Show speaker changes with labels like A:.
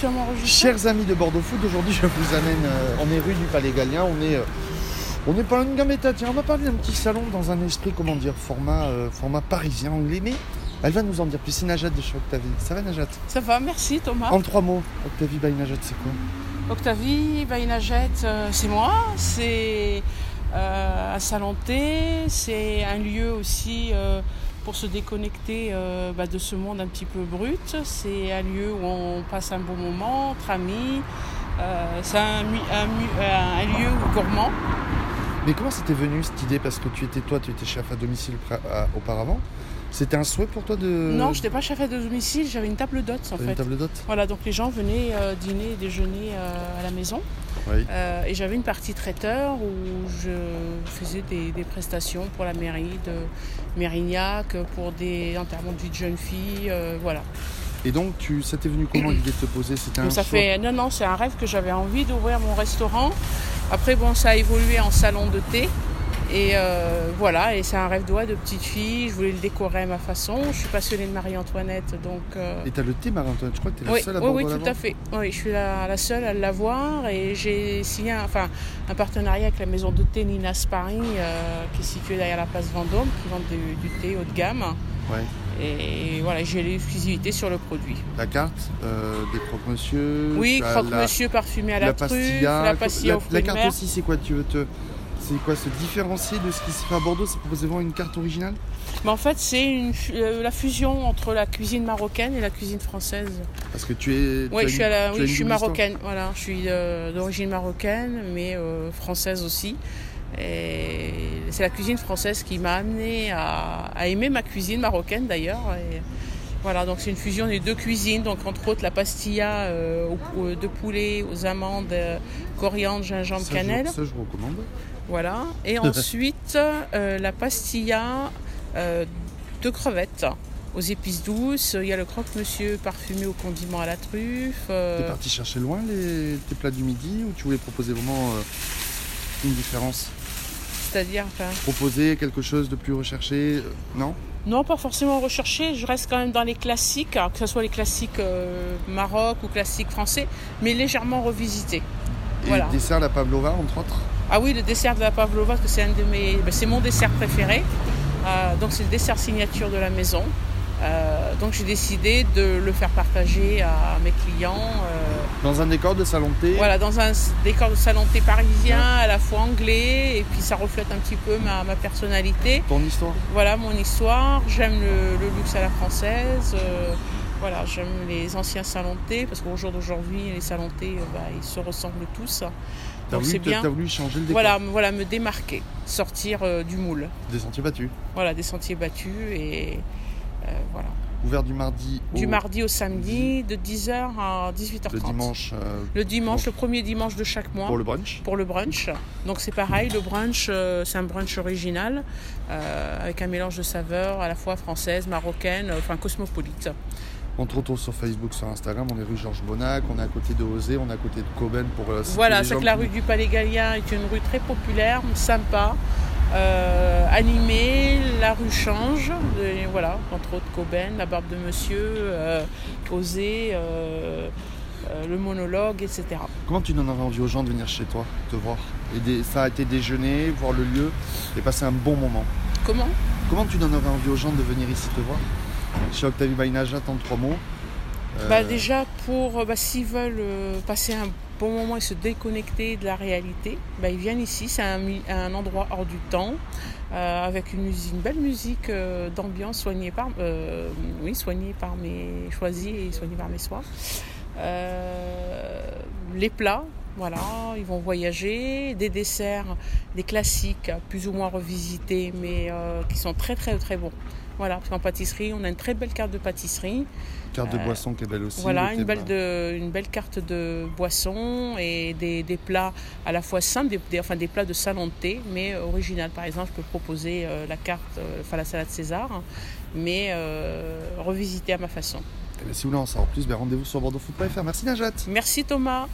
A: comme enregistré.
B: Chers amis de Bordeaux Food, aujourd'hui je vous amène, euh, on est rue du Palais Gallien, on est, euh, on est pas loin de Gambetta, tiens, on va parler d'un petit salon dans un esprit, comment dire, format, euh, format parisien, anglais, mais elle va nous en dire plus, c'est Najat de chez Octavie, ça va Najat
A: Ça va, merci Thomas.
B: En trois mots, Octavie by Najat c'est quoi
A: Octavie, Bainagette, c'est moi. C'est euh, un salon de thé, c'est un lieu aussi euh, pour se déconnecter euh, bah, de ce monde un petit peu brut. C'est un lieu où on passe un bon moment entre amis. Euh, c'est un, mu- un mu- un- un lieu gourmand.
B: Mais comment c'était venu cette idée, parce que tu étais toi, tu étais chef à domicile pra- à- auparavant, c'était un souhait pour toi de...
A: Non, je n'étais pas chef à domicile, j'avais une table d'hôtes en
B: T'avais
A: fait.
B: Euh. une table d'hôte
A: Voilà, donc les gens venaient euh, dîner et déjeuner euh, à la maison.
B: Oui.
A: Euh, et j'avais une partie traiteur où je faisais des, des prestations pour la mairie de Mérignac, pour des enterrements de vie de jeunes filles, euh, voilà.
B: Et donc, tu, ça t'est venu comment l'idée de te poser C'était un
A: Donc ça
B: choix
A: fait euh, non non, c'est un rêve que j'avais envie d'ouvrir mon restaurant. Après bon, ça a évolué en salon de thé. Et euh, voilà, et c'est un rêve d'oie de petite fille. Je voulais le décorer à ma façon. Je suis passionnée de Marie-Antoinette, donc. euh,
B: Et t'as le thé, Marie-Antoinette, je crois que t'es la
A: oui,
B: seule à
A: oui,
B: Bordeaux
A: oui,
B: à
A: tout à
B: l'avoir.
A: fait. Oui, je suis la, la seule à l'avoir et j'ai signé un, enfin, un partenariat avec la maison de thé Nina Sparring euh, qui est située derrière la place Vendôme qui vend du, du thé haut de gamme.
B: Ouais.
A: Et voilà, j'ai l'exclusivité sur le produit.
B: La carte, euh, des croque-monsieur.
A: Oui,
B: t'as la-
A: croque-monsieur parfumé à la, truffe,
B: pastilla,
A: la
B: co-
A: pastilla
B: la-
A: aux fruits
B: la
A: de
B: carte
A: mer.
B: aussi, c'est quoi Tu veux te. C'est quoi se différencier de ce qui se fait à Bordeaux C'est proposer vraiment une carte originale
A: Mais en fait, c'est une fu- euh, la fusion entre la cuisine marocaine et la cuisine française.
B: Parce que tu es. tu as
A: Ouais, je suis,
B: une-
A: à la-
B: tu as
A: oui,
B: une
A: je suis
B: double
A: marocaine, voilà, je suis euh, d'origine marocaine, mais euh, française aussi. Et c'est la cuisine française qui m'a amenée à, à aimer ma cuisine marocaine d'ailleurs. Et Voilà, donc c'est une fusion des deux cuisines, donc entre autres la pastilla euh, au- au- de poulet aux amandes, euh, coriandre,
B: histoire.
A: gingembre,
B: Ça, je-
A: cannelle.
B: Ça, je recommande.
A: Voilà. Et ensuite, euh, la pastilla euh, de crevettes aux épices douces. Il y a le croque-monsieur parfumé au condiment à la truffe. euh,
B: T'es parti chercher loin les... tes plats du midi ou tu voulais proposer vraiment euh, une différence
A: C'est-à-dire, enfin,
B: Proposer quelque chose de plus recherché euh, Non
A: non, pas forcément recherché. Je reste quand même dans les classiques, alors que ce soit les classiques euh, maroc ou classiques français, mais légèrement revisités.
B: Et
A: Voilà.
B: dessert la pavlova, entre autres
A: Ah oui, le dessert de la pavlova, parce que c'est un de mes, ben, c'est mon dessert préféré. Euh, donc c'est le dessert signature de la maison. Euh, donc j'ai décidé de le faire partager à mes clients. euh,
B: Dans un décor de salon de thé
A: voilà, dans un s- décor de salon de thé parisien, à la fois anglais, et puis ça reflète un petit peu ma, ma personnalité.
B: Ton histoire
A: Voilà mon histoire. J'aime le, le luxe à la française. euh, voilà, j'aime les anciens salons de thé, parce qu'au jour d'aujourd'hui, les salons de thé, euh, bah, ils se ressemblent tous.
B: T'as
A: Donc
B: voulu,
A: c'est
B: t'as-
A: bien.
B: t'as voulu changer le décor
A: Voilà, me- voilà, me démarquer, sortir euh, du moule.
B: Des sentiers battus.
A: Voilà, des sentiers battus et euh, voilà.
B: Ouvert du mardi au
A: Du mardi au samedi, de 10h à 18h30.
B: Oh. le dimanche euh,
A: Le dimanche, le premier dimanche de chaque mois.
B: pour le brunch.
A: pour le brunch. Donc c'est pareil, le brunch, euh, c'est un brunch original, euh, avec un mélange de saveurs à la fois française, marocaine, euh, enfin cosmopolite.
B: On te retrouve sur Facebook, sur Instagram, on est rue Georges Bonac, on est à côté de Osé, on est à côté de Coben pour euh, citer
A: Voilà,
B: les
A: c'est
B: gens
A: que la
B: qui-
A: rue du Palais Gallien est une rue très populaire, sympa, euh, animée. La rue change, et voilà, entre autres Coben, la barbe de Monsieur, euh, Osée, euh, euh, le monologue, etc.
B: Comment tu donnerais envie aux gens de venir chez toi, te voir et des- s'arrêter déjeuner, voir le lieu et passer un bon moment
A: Comment
B: Comment tu donnerais envie aux gens de venir ici te voir Chez Octavie Bainajat en trois mots. Euh,
A: Bah déjà pour euh, bah, s'ils veulent euh, passer un bon moment et se déconnecter de la réalité, bah, ils viennent ici, c'est un, mi- un endroit hors du temps, euh, avec une, musique, une belle musique euh, d'ambiance soignée par euh, oui soignée par mes choisis et soignée par mes soins. Euh, les plats, voilà, ils vont voyager, des desserts, des classiques plus ou moins revisités, mais euh, qui sont très très très bons. Voilà, parce qu'en pâtisserie, on a une très belle carte de pâtisserie.
B: carte de
A: euh,
B: boisson qui est belle aussi.
A: Voilà,
B: le
A: une
B: thé-
A: belle, de- une belle carte de boissons et des, des plats à la fois simples, des, des- enfin des plats de salon de thé, mais original. Par exemple, je peux proposer euh, la carte, euh, enfin la salade César, mais euh, revisitée à ma façon.
B: Eh bien, si vous voulez en savoir plus, ben, rendez-vous sur bordeauxfoot.fr. Merci Najat
A: Merci Thomas.